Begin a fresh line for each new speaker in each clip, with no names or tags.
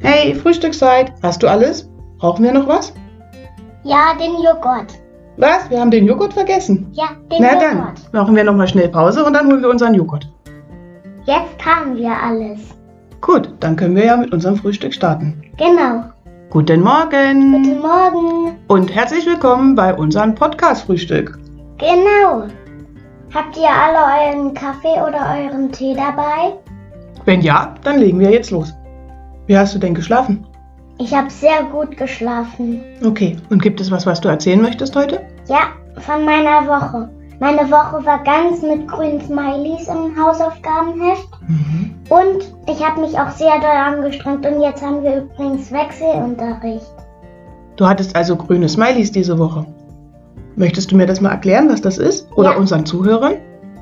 Hey, Frühstückszeit. Hast du alles? Brauchen wir noch was?
Ja, den Joghurt.
Was? Wir haben den Joghurt vergessen.
Ja, den
Na dann,
Joghurt.
machen wir nochmal schnell Pause und dann holen wir unseren Joghurt.
Jetzt haben wir alles.
Gut, dann können wir ja mit unserem Frühstück starten.
Genau.
Guten
Guten
Morgen
Morgen.
und herzlich willkommen bei unserem Podcast-Frühstück.
Genau. Habt ihr alle euren Kaffee oder euren Tee dabei?
Wenn ja, dann legen wir jetzt los. Wie hast du denn geschlafen?
Ich habe sehr gut geschlafen.
Okay, und gibt es was, was du erzählen möchtest heute?
Ja, von meiner Woche. Meine Woche war ganz mit grünen Smileys im Hausaufgabenheft.
Mhm.
Und ich habe mich auch sehr doll angestrengt. Und jetzt haben wir übrigens Wechselunterricht.
Du hattest also grüne Smileys diese Woche. Möchtest du mir das mal erklären, was das ist? Oder
Ja.
unseren Zuhörern?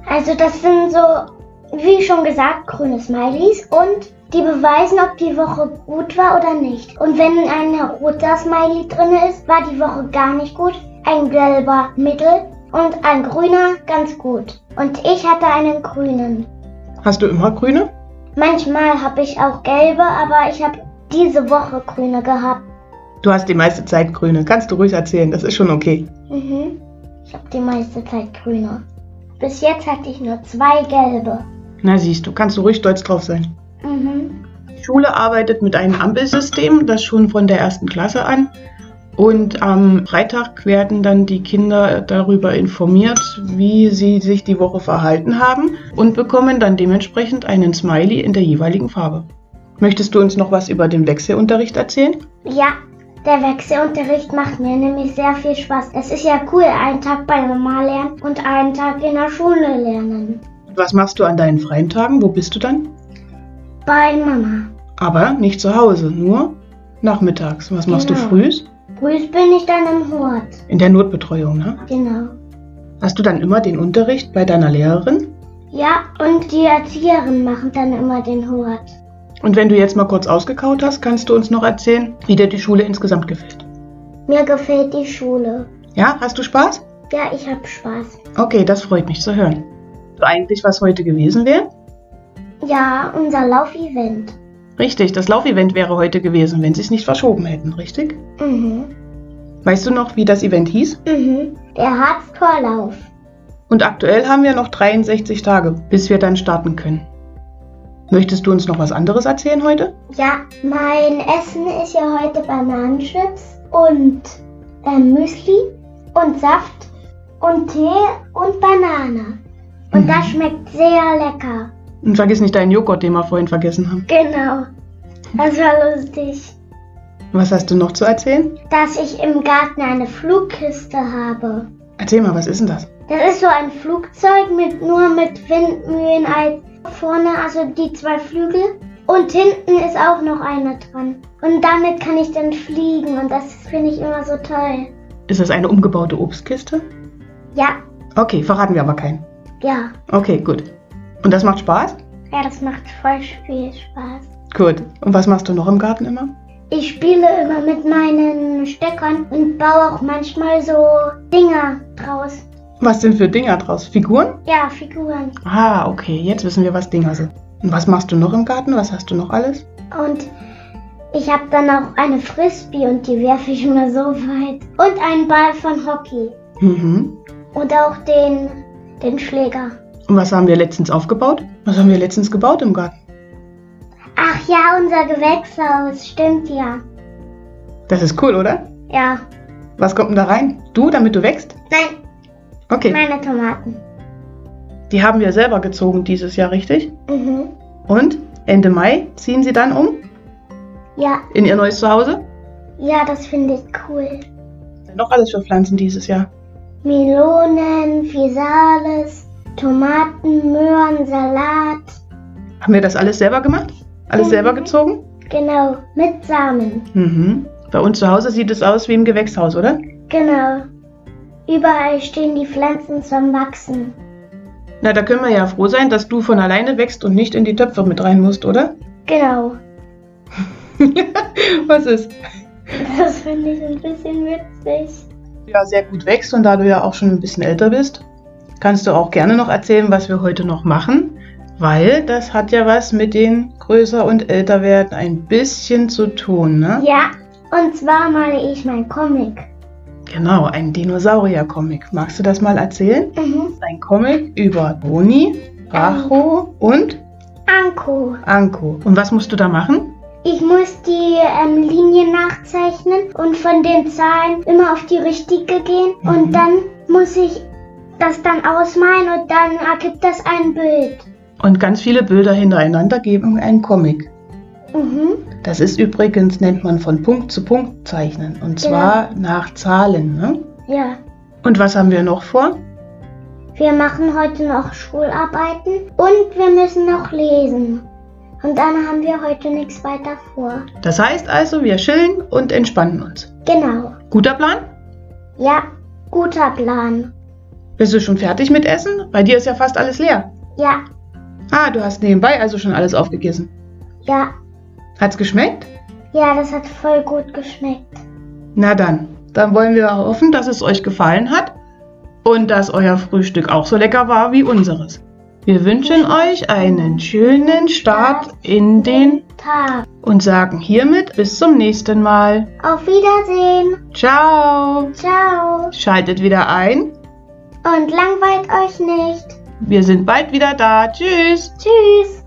Also das sind so, wie schon gesagt, grüne Smileys und die beweisen, ob die Woche gut war oder nicht. Und wenn ein roter Smiley drin ist, war die Woche gar nicht gut, ein gelber mittel und ein grüner ganz gut. Und ich hatte einen grünen.
Hast du immer grüne?
Manchmal habe ich auch gelbe, aber ich habe diese Woche grüne gehabt.
Du hast die meiste Zeit grüne. Kannst du ruhig erzählen, das ist schon okay.
Mhm. Ich habe die meiste Zeit grüne. Bis jetzt hatte ich nur zwei gelbe.
Na siehst du, kannst du ruhig stolz drauf sein.
Mhm.
Die Schule arbeitet mit einem Ampelsystem, das schon von der ersten Klasse an. Und am Freitag werden dann die Kinder darüber informiert, wie sie sich die Woche verhalten haben und bekommen dann dementsprechend einen Smiley in der jeweiligen Farbe. Möchtest du uns noch was über den Wechselunterricht erzählen?
Ja, der Wechselunterricht macht mir nämlich sehr viel Spaß. Es ist ja cool, einen Tag bei Mama lernen und einen Tag in der Schule lernen.
Was machst du an deinen freien Tagen? Wo bist du dann?
Bei Mama.
Aber nicht zu Hause, nur nachmittags. Was machst du
Genau.
frühs?
Grüß bin ich dann im Hort.
In der Notbetreuung, ne?
Genau.
Hast du dann immer den Unterricht bei deiner Lehrerin?
Ja, und die Erzieherin machen dann immer den Hort.
Und wenn du jetzt mal kurz ausgekaut hast, kannst du uns noch erzählen, wie dir die Schule insgesamt gefällt.
Mir gefällt die Schule.
Ja, hast du Spaß?
Ja, ich hab Spaß.
Okay, das freut mich zu hören. Du eigentlich, was heute gewesen wäre?
Ja, unser Laufevent.
Richtig, das Laufevent wäre heute gewesen, wenn sie es nicht verschoben hätten, richtig?
Mhm.
Weißt du noch, wie das Event hieß?
Mhm. Der Harztorlauf.
Und aktuell haben wir noch 63 Tage, bis wir dann starten können. Möchtest du uns noch was anderes erzählen heute?
Ja, mein Essen ist ja heute Bananenchips und äh, Müsli und Saft und Tee und Banane. Und
Mhm.
das schmeckt sehr lecker.
Und vergiss nicht deinen Joghurt, den wir vorhin vergessen haben.
Genau. Das war lustig.
Was hast du noch zu erzählen?
Dass ich im Garten eine Flugkiste habe.
Erzähl mal, was ist denn das?
Das ist so ein Flugzeug mit nur mit Windmühlen als vorne, also die zwei Flügel. Und hinten ist auch noch eine dran. Und damit kann ich dann fliegen und das finde ich immer so toll.
Ist das eine umgebaute Obstkiste?
Ja,
Okay, verraten wir aber keinen.
ja.
Okay, gut. Und das macht Spaß?
Ja, das macht voll viel Spaß.
Gut. Und was machst du noch im Garten immer?
Ich spiele immer mit meinen Steckern und baue auch manchmal so Dinger draus.
Was sind für Dinger draus? Figuren?
Ja, Figuren.
Ah, okay, jetzt wissen wir, was Dinger sind. Und was machst du noch im Garten? Was hast du noch alles?
Und ich habe dann auch eine Frisbee und die werfe ich immer so weit. Und einen Ball von Hockey.
Mhm.
Und auch den, den Schläger.
Und was haben wir letztens aufgebaut? Was haben wir letztens gebaut im Garten?
Ach ja, unser Gewächshaus. Stimmt ja.
Das ist cool, oder?
Ja.
Was kommt denn da rein? Du, damit du wächst?
Nein,
Okay.
meine Tomaten.
Die haben wir selber gezogen dieses Jahr, richtig?
Mhm.
Und Ende Mai ziehen sie dann um
Ja,
in ihr neues Zuhause?
ja, das finde ich cool.
Noch alles für Pflanzen dieses Jahr.
Melonen, Fisales, Tomaten, Möhren, Salat.
Haben wir das alles selber gemacht? Alles
Mhm.
selber gezogen?
Genau, mit Samen.
Mhm. Bei uns zu Hause sieht es aus wie im Gewächshaus, oder?
Genau. Überall stehen die Pflanzen zum Wachsen.
Na, da können wir ja froh sein, dass du von alleine wächst und nicht in die Töpfe mit rein musst, oder?
Genau.
Was ist?
Das finde ich ein bisschen witzig.
Ja, sehr gut wächst und da du ja auch schon ein bisschen älter bist, kannst du auch gerne noch erzählen, was wir heute noch machen. Weil das hat ja was mit den größer und älter werden ein bisschen zu tun, ne?
Ja, und zwar male ich mein Comic.
Genau, ein Dinosaurier-Comic. Magst du das mal erzählen?
Mhm.
Ein Comic über Toni, Racho und
Anko.
Anko. Und was musst du da machen?
Ich muss die ähm, Linien nachzeichnen und von den Zahlen immer auf die richtige gehen.
Mhm.
Und dann muss ich das dann ausmalen und dann ergibt das ein Bild.
Und ganz viele Bilder hintereinander geben einen Comic.
Mhm.
Das ist übrigens, nennt man von Punkt zu Punkt zeichnen. Und zwar nach Zahlen. Ne?
Ja.
Und was haben wir noch vor?
Wir machen heute noch Schularbeiten und wir müssen noch lesen. Und dann haben wir heute nichts weiter vor.
Das heißt also, wir chillen und entspannen uns.
Genau.
Guter Plan?
Ja, guter Plan.
Bist du schon fertig mit Essen? Bei dir ist ja fast alles leer.
Ja,
Ah, du hast nebenbei also schon alles aufgegessen.
ja,
Hat's geschmeckt?
ja, das hat voll gut geschmeckt.
Na dann, dann wollen wir hoffen, dass es euch gefallen hat und dass euer Frühstück auch so lecker war wie unseres. Wir wünschen euch einen schönen Start in den
Tag.
und sagen hiermit bis zum nächsten Mal.
Auf Wiedersehen.
Ciao!
Ciao.
Schaltet wieder ein.
Und langweilt euch nicht.
Wir sind bald wieder da. Tschüss!
Tschüss.